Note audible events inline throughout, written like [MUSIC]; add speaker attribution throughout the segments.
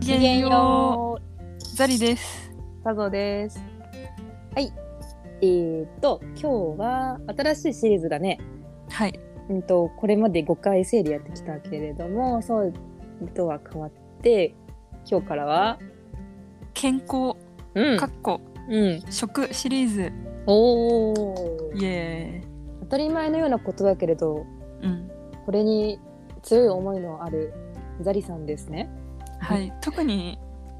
Speaker 1: げんよう。ザリです。
Speaker 2: 佐藤です。はい。えー、っと、今日は新しいシリーズだね。
Speaker 1: はい。
Speaker 2: うんと、これまで5回整理やってきたけれども、そうとは変わって、今日からは、
Speaker 1: 健康、
Speaker 2: うん
Speaker 1: かっこ、
Speaker 2: うん。
Speaker 1: 食シリーズ。
Speaker 2: おお。
Speaker 1: イエーイ。
Speaker 2: 当たり前のようなことだけれど、
Speaker 1: うん。
Speaker 2: これに強い思いのあるザリさんですね。
Speaker 1: はい。特に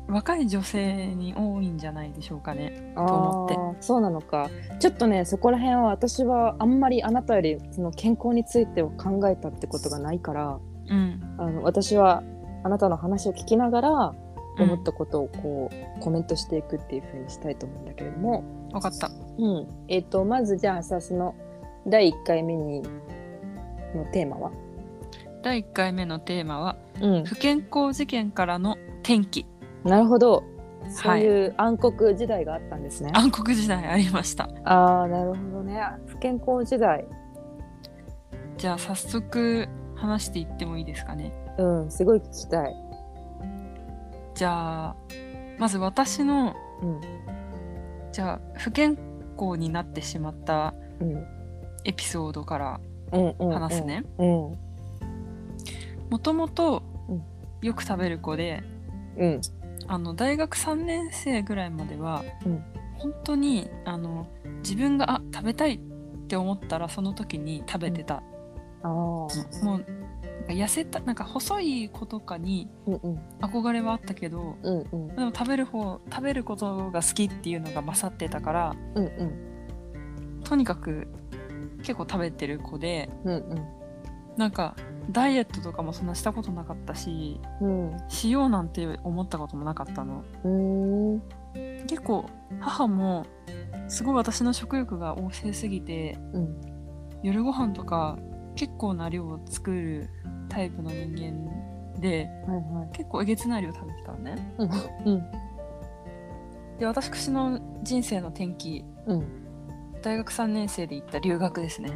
Speaker 1: 若い女性に多いんじゃないでしょうかね。
Speaker 2: あ
Speaker 1: 思って
Speaker 2: ーそうなのかちょっとねそこら辺は私はあんまりあなたよりその健康についてを考えたってことがないから
Speaker 1: うん。
Speaker 2: あの私はあなたの話を聞きながら
Speaker 1: うん
Speaker 2: 思ったことをこう、コメントしていくっていうふうにしたいと思うんだけれども、
Speaker 1: わかった。
Speaker 2: うんえっとまずじゃあさその第1回目にのテーマは、
Speaker 1: 第1回目のテーマは、
Speaker 2: うん、
Speaker 1: 不健康事件からの転機。
Speaker 2: なるほどそういう暗黒時代があったんですね。
Speaker 1: 暗黒時代ありました。
Speaker 2: ああなるほどね不健康時代
Speaker 1: じゃあ早速話していってもいいですかね。
Speaker 2: うんすごい聞きたい。
Speaker 1: じゃあ、まず私の、
Speaker 2: うん
Speaker 1: じゃあ不健康になってしまった
Speaker 2: うん
Speaker 1: エピソードから
Speaker 2: うんうんうん
Speaker 1: 話す。ね。
Speaker 2: うん
Speaker 1: もともと
Speaker 2: うん
Speaker 1: よく食べる子で
Speaker 2: うん
Speaker 1: あの大学3年生ぐらいまでは、
Speaker 2: うん
Speaker 1: 本当にあの自分があ食べたいって思ったらその時に食べてた、
Speaker 2: ああ
Speaker 1: もうなんか痩せたなんか細い子とかに
Speaker 2: うんうん
Speaker 1: 憧れはあったけど
Speaker 2: うんうん
Speaker 1: でも食べる方食べることが好きっていうのが勝ってたから
Speaker 2: うんうん
Speaker 1: とにかく結構食べてる子で
Speaker 2: うん
Speaker 1: なんかダイエットとかもそんなしたことなかったし
Speaker 2: うん
Speaker 1: しようなんて思ったこともなかったの。
Speaker 2: うんう
Speaker 1: 結構母もすごい私の食欲が旺盛すぎて
Speaker 2: ーんうん
Speaker 1: 夜ご飯とか結構な量を作るタイプの人間で
Speaker 2: はいはい
Speaker 1: 結構えげつない量食べてたのね
Speaker 2: うん
Speaker 1: で私の人生の転機
Speaker 2: うん
Speaker 1: 大学3年生で行った留学ですね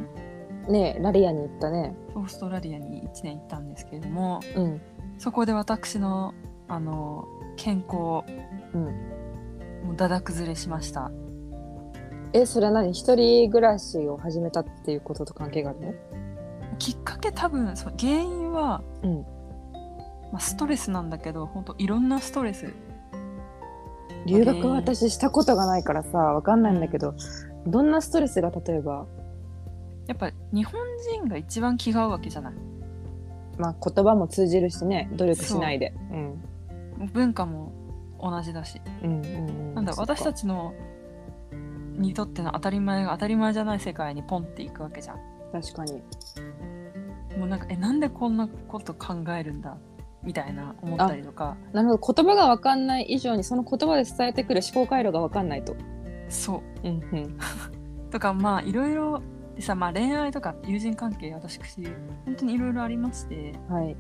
Speaker 2: ねえラリアに行ったね
Speaker 1: オーストラリアに1年行ったんですけれども
Speaker 2: うん
Speaker 1: そこで私のあの健康
Speaker 2: うん
Speaker 1: もうだだ崩れしました
Speaker 2: えそれは何一人暮らしを始めたっていうことと関係があるの
Speaker 1: きっかけ多分そう原因は、
Speaker 2: うん
Speaker 1: まあ、ストレスなんだけど本当いろんなストレス
Speaker 2: 留学は私したことがないからさわかんないんだけど、どんなストレスが例えば
Speaker 1: やっぱ日本人が一番気が合うわけじゃない
Speaker 2: まあ言葉も通じるしね努力しないでうん
Speaker 1: 文化も同じだし
Speaker 2: うんうんう
Speaker 1: なんだろう私た
Speaker 2: ち
Speaker 1: ちのにとっての当たり前が当たり前じゃない世界にポンっていくわけじゃん
Speaker 2: 確かに
Speaker 1: もうなんかえなんでこんなこと考えるんだみたいな思ったりとか
Speaker 2: なるほど言葉がわかんない以上にその言葉で伝えてくる思考回路がわかんないと
Speaker 1: そう
Speaker 2: うんうん
Speaker 1: とかまあいろいろでさ、まあ、恋愛とか友人関係私本当にいろいろありまして
Speaker 2: はい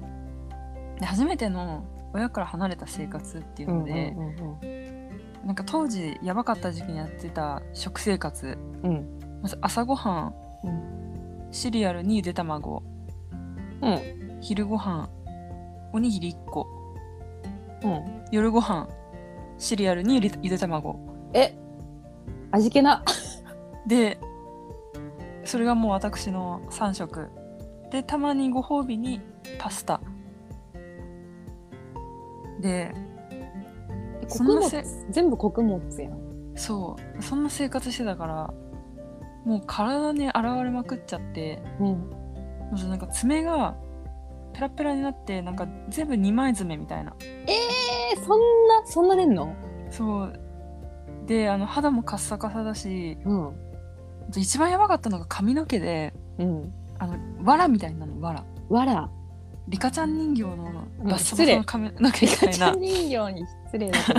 Speaker 1: で初めての親から離れた生活っていうので、なんか当時やばかった時期にやってた食生活
Speaker 2: うん
Speaker 1: まず朝ごはん、
Speaker 2: う
Speaker 1: シリアルにゆで卵
Speaker 2: うん
Speaker 1: 昼ごはんおにぎり1個
Speaker 2: うん
Speaker 1: 夜ごはんシリアルにゆでゆで卵
Speaker 2: え味気な
Speaker 1: でそれがもう私の3食でたまにご褒美にパスタでそ
Speaker 2: 穀
Speaker 1: んな
Speaker 2: 物
Speaker 1: せ
Speaker 2: 全部穀物やん
Speaker 1: そうそんな生活してたからもう体に現れまくっちゃって
Speaker 2: うん
Speaker 1: もうなんか爪がペラペラになってなんか全部2枚爪みたいな
Speaker 2: えー、そんなそんな出んの
Speaker 1: そうであの肌もカッサカサだし
Speaker 2: うん
Speaker 1: 一番やばかったのが髪の毛で
Speaker 2: うん
Speaker 1: あの藁みたいなの藁
Speaker 2: わら
Speaker 1: リカちゃん人形の
Speaker 2: うん
Speaker 1: バッサバサの髪の毛みたいな、
Speaker 2: 人形に失礼だ [LAUGHS] けど、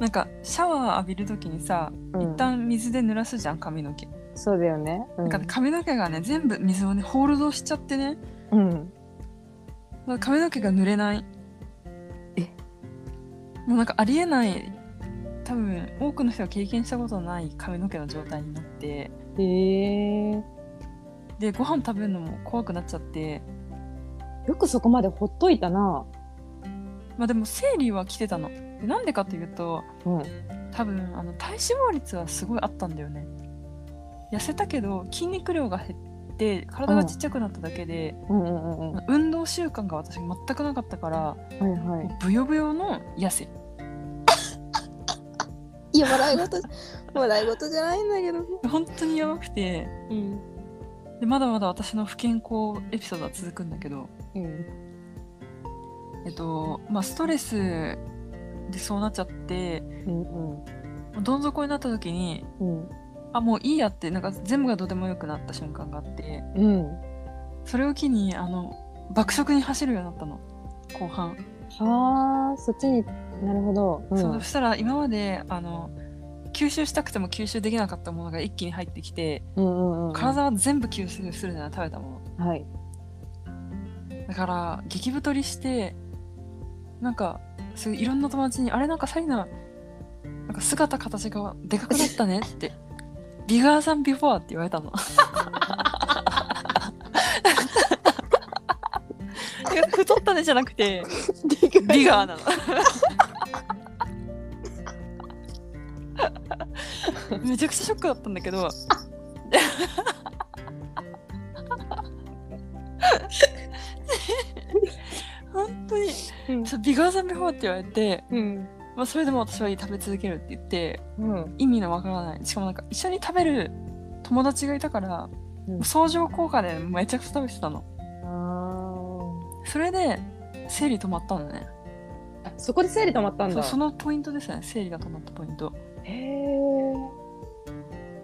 Speaker 1: なんかシャワー浴びる時にさ
Speaker 2: うん
Speaker 1: 一旦水で濡らすじゃん髪の毛、
Speaker 2: そうだよねうん
Speaker 1: なんか髪の毛がね全部水をねホールドしちゃってね
Speaker 2: うん
Speaker 1: 髪の毛が濡れない
Speaker 2: え
Speaker 1: もうなんかありえない多分多くの人が経験したことのない髪の毛の状態になって
Speaker 2: へえ
Speaker 1: でご飯食べるのも怖くなっちゃって
Speaker 2: よくそこまでほっといたな
Speaker 1: まあでも生理は来てたのでなんでかというと
Speaker 2: うん、
Speaker 1: 多分あの体脂肪率はすごいあったんだよね痩せたけど筋肉量が減って体がちっちゃくなっただけで、
Speaker 2: うんうんうんうんは
Speaker 1: まあ運動習慣が私全くなかったから、
Speaker 2: いは
Speaker 1: もうブヨブヨの痩せ
Speaker 2: いいや笑い事じゃ笑い事じゃないんだけど
Speaker 1: 本当にやばくて
Speaker 2: うん
Speaker 1: でまだまだ私の不健康エピソードは続くんだけど、
Speaker 2: うん
Speaker 1: えっとまあ、ストレスでそうなっちゃって
Speaker 2: うん
Speaker 1: もうどん底になった時に
Speaker 2: うん
Speaker 1: あもういいやってなんか全部がどうでもよくなった瞬間があって
Speaker 2: うん
Speaker 1: それを機にあの爆食に走るようになったの後半、
Speaker 2: はあそっちになるほど、うん、
Speaker 1: そうそしたら今まであの吸収したくても吸収できなかったものが一気に入ってきて
Speaker 2: うんうんうん
Speaker 1: 体は全部吸収するじゃない食べたもの
Speaker 2: はい
Speaker 1: だから激太りしてなんかそういういろんな友達に「あれなんかサリナなんか姿形がでかくなったね」って「ビガーさんビフォー」って言われたの。 [LAUGHS] いや太ったねじゃなくてビガーなの。めちゃくちゃショックだったんだけど。本当に
Speaker 2: うん
Speaker 1: そうビガーさんビフォーって言われて、
Speaker 2: うん
Speaker 1: まあ、それでも私は食べ続けるって言って
Speaker 2: うん
Speaker 1: 意味のわからないしかもなんか一緒に食べる友達がいたから、
Speaker 2: うん
Speaker 1: 相乗効果でめちゃくちゃ食べてたの
Speaker 2: あ
Speaker 1: それで生理止まったのね
Speaker 2: ーあそこで生理止まったん
Speaker 1: そ
Speaker 2: だ
Speaker 1: うそのポイントですね生理が止まったポイント
Speaker 2: へ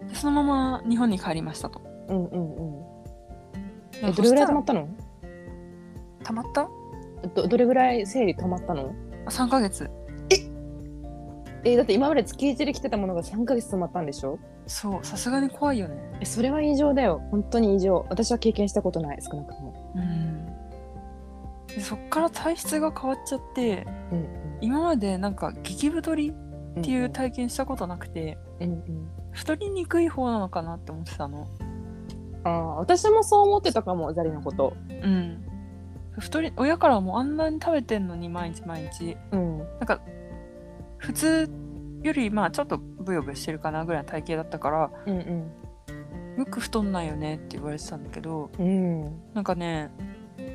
Speaker 2: え
Speaker 1: でそのまま日本に帰りましたと
Speaker 2: うんうんうん
Speaker 1: で
Speaker 2: えどれぐら
Speaker 1: そし
Speaker 2: い
Speaker 1: た
Speaker 2: 止まったの
Speaker 1: たまった
Speaker 2: どどれぐらい生理止まったの
Speaker 1: あ3ヶ月
Speaker 2: えだって今まで月1で来てたものが3ヶ月止まったんでしょ
Speaker 1: そうさすがに怖いよね
Speaker 2: えそれは異常だよ本当に異常私は経験したことない少なくとも
Speaker 1: うんでそっから体質が変わっちゃって
Speaker 2: うん
Speaker 1: 今までなんか激太りっ
Speaker 2: うん
Speaker 1: ていう体験したことなくて、
Speaker 2: うんうん
Speaker 1: 太りにくい方なのかなって思ってたの。
Speaker 2: ああ私もそう思ってたかもザリのこと
Speaker 1: うん。太り、親からもあんなに食べてんのに毎日毎日。
Speaker 2: うん
Speaker 1: なんか、普通よりまあちょっとブヨブヨしてるかなぐらいの体型だったから、
Speaker 2: うん
Speaker 1: よく太んないよねって言われてたんだけど、
Speaker 2: うんうん
Speaker 1: なんかね、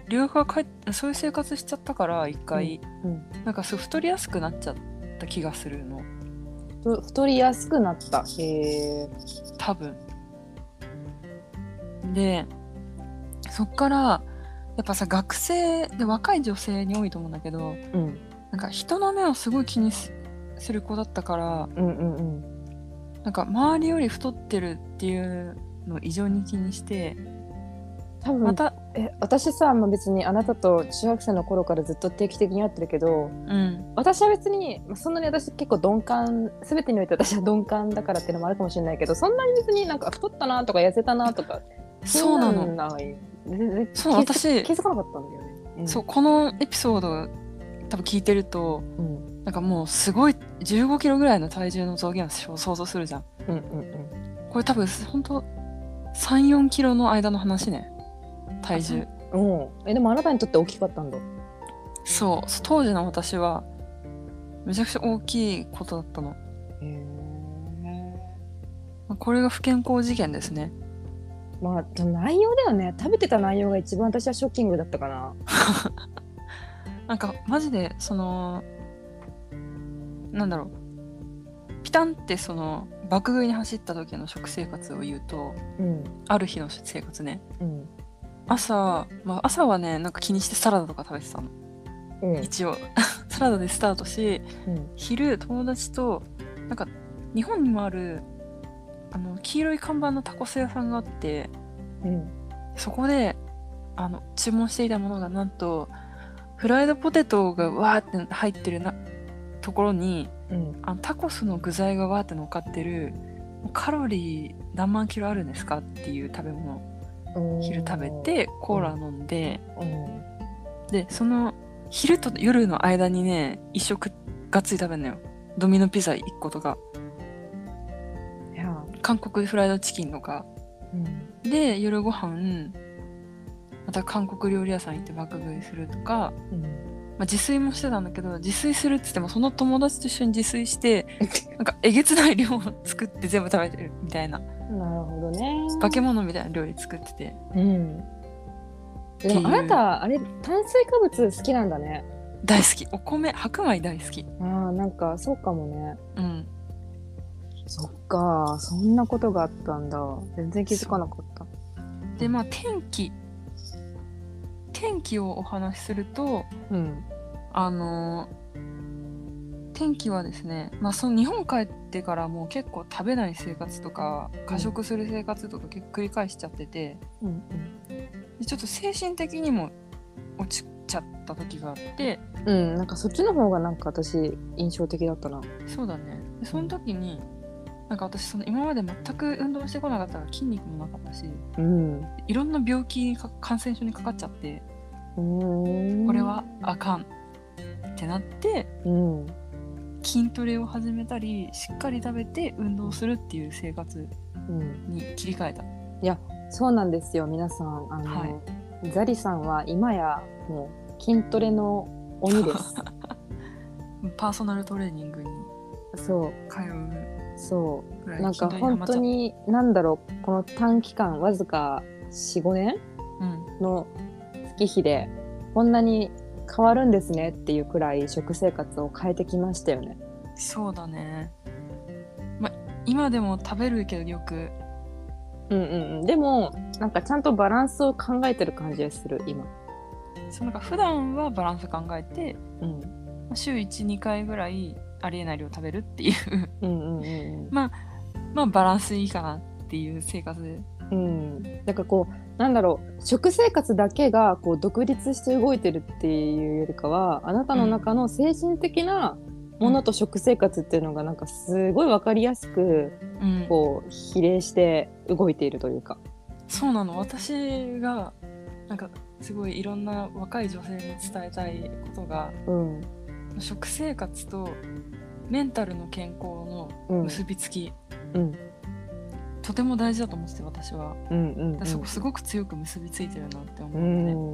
Speaker 1: 留学が帰って、そういう生活しちゃったから一回、
Speaker 2: うん
Speaker 1: なんかそう太りやすくなっちゃった気がするの。
Speaker 2: ふ太りやすくなったへえ
Speaker 1: 多分でそっからやっぱさ学生で若い女性に多いと思うんだけど
Speaker 2: うん
Speaker 1: なんか人の目をすごい気にすする子だったから
Speaker 2: うんうんうん
Speaker 1: なんか周りより太ってるっていうのを異常に気にして
Speaker 2: 多分
Speaker 1: また
Speaker 2: え私さ、まあ、別にあなたと中学生の頃からずっと定期的に会ってるけど
Speaker 1: うん
Speaker 2: 私は別にまあそんなに私結構鈍感全てにおいて私は鈍感だからっていうのもあるかもしれないけどそんなに別になんか太ったなとか痩せたなとか
Speaker 1: そうなの
Speaker 2: の全然
Speaker 1: そう
Speaker 2: 気づ
Speaker 1: 私
Speaker 2: 気づかなかったんだよね、うん
Speaker 1: そうこのエピソード多分聞いてると
Speaker 2: うん
Speaker 1: なんかもうすごい1 5キロぐらいの体重の増減を想像するじゃん
Speaker 2: うんうん
Speaker 1: これ多分本当三34キロの間の話ね体重
Speaker 2: うんうんえでもあなたにとって大きかったんだ
Speaker 1: そうそう当時の私はめちゃくちゃ大きいことだったの
Speaker 2: へえ
Speaker 1: これが不健康事件ですね
Speaker 2: まあでも内容だよね食べてた内容が一番私はショッキングだったかな
Speaker 1: なんかマジでそのなんだろうピタンってその爆食いに走った時の食生活を言うと
Speaker 2: うん
Speaker 1: ある日の生活ね
Speaker 2: うん
Speaker 1: 朝、まあ、朝はねなんか気にしてサラダとか食べてたの
Speaker 2: うん
Speaker 1: 一応 [LAUGHS] サラダでスタートし
Speaker 2: うん
Speaker 1: 昼友達となんか日本にもあるあの黄色い看板のタコス屋さんがあって
Speaker 2: うん
Speaker 1: そこであの注文していたものがなんとフライドポテトがわーって入ってるなところに
Speaker 2: うん
Speaker 1: あのタコスの具材がわーって乗っかってるカロリー何万キロあるんですかっていう食べ物
Speaker 2: うん
Speaker 1: 昼食べてコーラ飲んで、
Speaker 2: うん
Speaker 1: でその昼と夜の間にね一食がっつり食べるのよドミノピザ1個とか
Speaker 2: いや
Speaker 1: 韓国フライドチキンとか
Speaker 2: うん
Speaker 1: で夜ご飯また韓国料理屋さん行って爆食いするとか
Speaker 2: うん
Speaker 1: まあ、自炊もしてたんだけど自炊するっつってもその友達と一緒に自炊してなんかえげつない量を作って全部食べてるみたいな
Speaker 2: [LAUGHS] なるほどね。
Speaker 1: 化け物みたいな料理作ってて
Speaker 2: うん。
Speaker 1: っ
Speaker 2: で
Speaker 1: ていう
Speaker 2: もあなたあれ炭水化物好きなんだね。
Speaker 1: 大好きお米白米大好き
Speaker 2: ああなんかそうかもね。
Speaker 1: うん
Speaker 2: そっかそんなことがあったんだ。全然気づかなかった。
Speaker 1: でまあ天気天気をお話しすると
Speaker 2: うん。
Speaker 1: あのー天気はですね、まあ、その日本帰ってからもう結構食べない生活とか過食する生活とか結構繰り返しちゃってて、
Speaker 2: うん
Speaker 1: でちょっと精神的にも落ちちゃった時があって
Speaker 2: うん。うんなんかそっちの方がなんか私印象的だったな。
Speaker 1: そうだねでその時になんか私その今まで全く運動してこなかったから筋肉もなかったし
Speaker 2: うん。う
Speaker 1: いろんな病気にか感染症にかかっちゃって
Speaker 2: ーん。
Speaker 1: これは。あかんってなって
Speaker 2: うん。
Speaker 1: 筋トレを始めたりしっかり食べて運動するっていう生活
Speaker 2: うん。
Speaker 1: に切り替えた。
Speaker 2: そうなんですよ皆さんあの、
Speaker 1: は
Speaker 2: ザリさんは今やもう筋トレの鬼 [LAUGHS] です。
Speaker 1: パーソナルトレーニングに
Speaker 2: そう
Speaker 1: 通う
Speaker 2: そう。
Speaker 1: ぐらい
Speaker 2: なんか
Speaker 1: 筋トレにハ
Speaker 2: 本
Speaker 1: マっちゃ
Speaker 2: 当
Speaker 1: った
Speaker 2: に何だろうこの短期間わずか45年
Speaker 1: うん
Speaker 2: の月日でこんなに変わるんですねっていうくらい食生活を変えてきましたよね。
Speaker 1: そうだねま今でも食べるけどよく
Speaker 2: うんうんうん、でもなんかちゃんとバランスを考えてる感じがする今。
Speaker 1: そのなんか普段はバランス考えて
Speaker 2: うん
Speaker 1: ま週12回ぐらいありえない量食べるっていう [LAUGHS]
Speaker 2: うんうんうん
Speaker 1: まあバランスいいかなっていう生活で
Speaker 2: うん、うん、なんかこうなんだろう食生活だけがこう独立して動いてるっていうよりかはあなたの中の精神的なものと食生活っていうのがなんかすごい分かりやすく
Speaker 1: うん
Speaker 2: こう比例して動いているというか。
Speaker 1: そうなの私がなんかすごいいろんな若い女性に伝えたいことが
Speaker 2: うん。
Speaker 1: 食生活とメンタルの健康の
Speaker 2: うん。
Speaker 1: 結びつき、
Speaker 2: うん。
Speaker 1: とても大事だと思ってて私は
Speaker 2: うん。うん
Speaker 1: だからそこすごく強く結びついてるなって思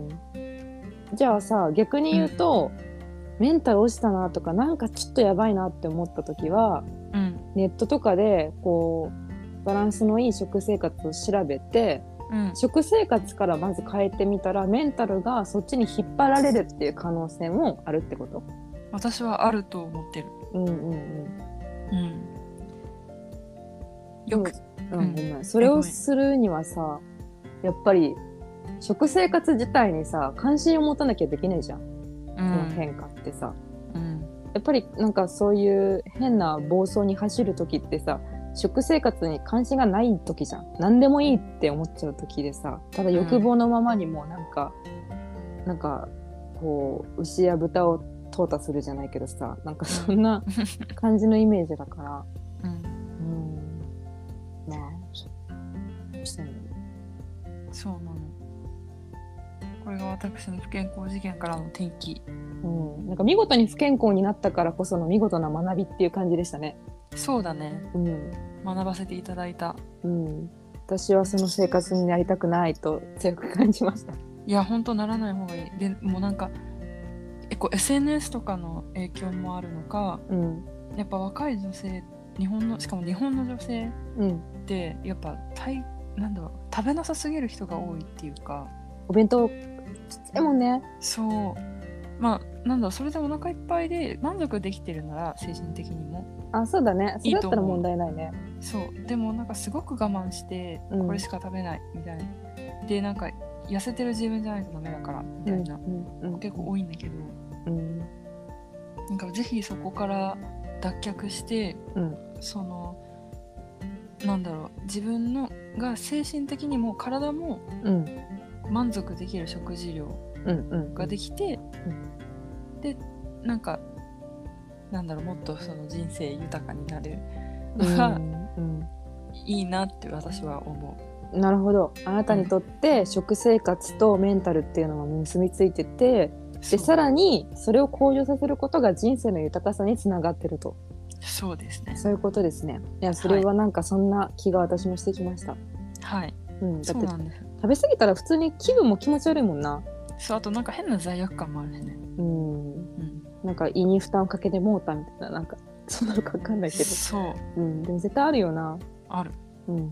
Speaker 1: っ
Speaker 2: う
Speaker 1: て、
Speaker 2: ん。じゃあさ、逆に言うと、メンタル落ちたなとか、なんかちょっとやばいなって思った時は、
Speaker 1: うん
Speaker 2: ネットとかで、こう、バランスのいい食生活を調べて、
Speaker 1: うん、
Speaker 2: 食生活からまず変えてみたら、メンタルがそっちに引っ張られるっていう可能性もあるってこと
Speaker 1: 私はあると思ってる、
Speaker 2: うんうんうん。
Speaker 1: うん、よく、
Speaker 2: うん、
Speaker 1: うん
Speaker 2: ごめん。それをするにはさ、やっぱり、食生活自体にさ、関心を持たなきゃできないじゃん。
Speaker 1: う
Speaker 2: その
Speaker 1: ん
Speaker 2: 変化ってさ、
Speaker 1: うん、
Speaker 2: やっぱりなんかそういう変な暴走に走る時ってさ食生活に関心がない時じゃん何でもいいって思っちゃう時でさただ欲望のままにもうなんか、なんかこう牛や豚を淘汰するじゃないけどさなんかそんな感じのイメージだから
Speaker 1: うん、
Speaker 2: うんまあそうしたいね
Speaker 1: そうなのこれが私の不健康事件からの転機
Speaker 2: うん、なんか見事に不健康になったからこその見事な学びっていう感じでしたね。
Speaker 1: そうだね
Speaker 2: うん
Speaker 1: 学ばせていただいた
Speaker 2: うん、私はその生活になりたくないと強く感じました。
Speaker 1: いや本当ならない方がいいでもうなんか結構 SNS とかの影響もあるのか
Speaker 2: うん、
Speaker 1: やっぱ若い女性日本のしかも日本の女性
Speaker 2: うん、
Speaker 1: ってやっぱ体なんだろう食べなさすぎる人が多いっていうか
Speaker 2: お弁当。でもね、
Speaker 1: そうまあなんだろうそれでお腹いっぱいで満足できてるなら精神的にも
Speaker 2: あ、そうだね。そ
Speaker 1: いい
Speaker 2: れだっ
Speaker 1: と思う
Speaker 2: たら問題ないね。
Speaker 1: そうでもなんかすごく我慢して
Speaker 2: うん
Speaker 1: これしか食べないみたいな、でなんか痩せてる自分じゃないとダメだからみたいな、
Speaker 2: うん、うん、
Speaker 1: 結構多いんだけど
Speaker 2: うん、
Speaker 1: なんかぜひそこから脱却して、
Speaker 2: うん
Speaker 1: そのなんだろう自分のが精神的にも体も
Speaker 2: うん、
Speaker 1: 満足できる食事量
Speaker 2: うん、うん、
Speaker 1: ができて、でなんかなんだろうもっとその人生豊かになるのが
Speaker 2: うん、
Speaker 1: いいなって私は思
Speaker 2: うん。なるほど。あなたにとって食生活とメンタルっていうのが結びついてて、
Speaker 1: う。そ
Speaker 2: で
Speaker 1: う
Speaker 2: さらにそれを向上させることが人生の豊かさにつながってると、
Speaker 1: そうですね。
Speaker 2: そういうことですね。いや、それはなんかそんな気が私もしてきました。
Speaker 1: はい、
Speaker 2: うん、だ
Speaker 1: そう
Speaker 2: って
Speaker 1: なんです。
Speaker 2: 食べ過ぎたら普通に気分も気持ち悪いもんな
Speaker 1: そうあとなんか変な罪悪感もあるしね。
Speaker 2: うん、
Speaker 1: うん、
Speaker 2: なんか胃に負担かけてもうたみたいななんかそんなのか分かんないけど、
Speaker 1: そう
Speaker 2: うん、でも絶対あるよな
Speaker 1: ある
Speaker 2: うん、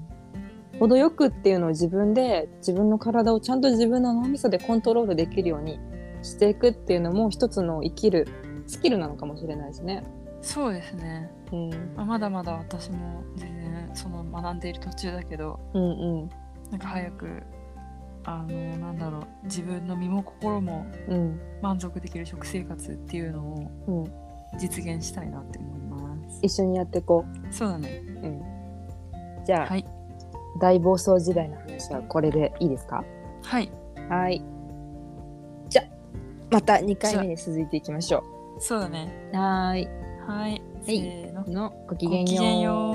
Speaker 2: 程よくっていうのを自分で自分の体をちゃんと自分の脳みそでコントロールできるようにしていくっていうのも一つの生きるスキルなのかもしれないですね。
Speaker 1: そうですね、
Speaker 2: うん、
Speaker 1: まあ、まだまだ私も全然その学んでいる途中だけど
Speaker 2: うん、
Speaker 1: なんか早くあのなんだろう自分の身も心も
Speaker 2: うん、うん、
Speaker 1: 満足できる食生活っていうのを
Speaker 2: うん、
Speaker 1: 実現したいなって思います。
Speaker 2: 一緒にやっていこ
Speaker 1: そうだね。
Speaker 2: う。うん、じゃあ、
Speaker 1: はい。
Speaker 2: 大暴走時代の話はこれでいいですか。
Speaker 1: はい。
Speaker 2: はい。じゃあ、また二回目に続いていきましょ
Speaker 1: そうだね。
Speaker 2: う。はーい。
Speaker 1: はい。せーの。
Speaker 2: のごきげんよう。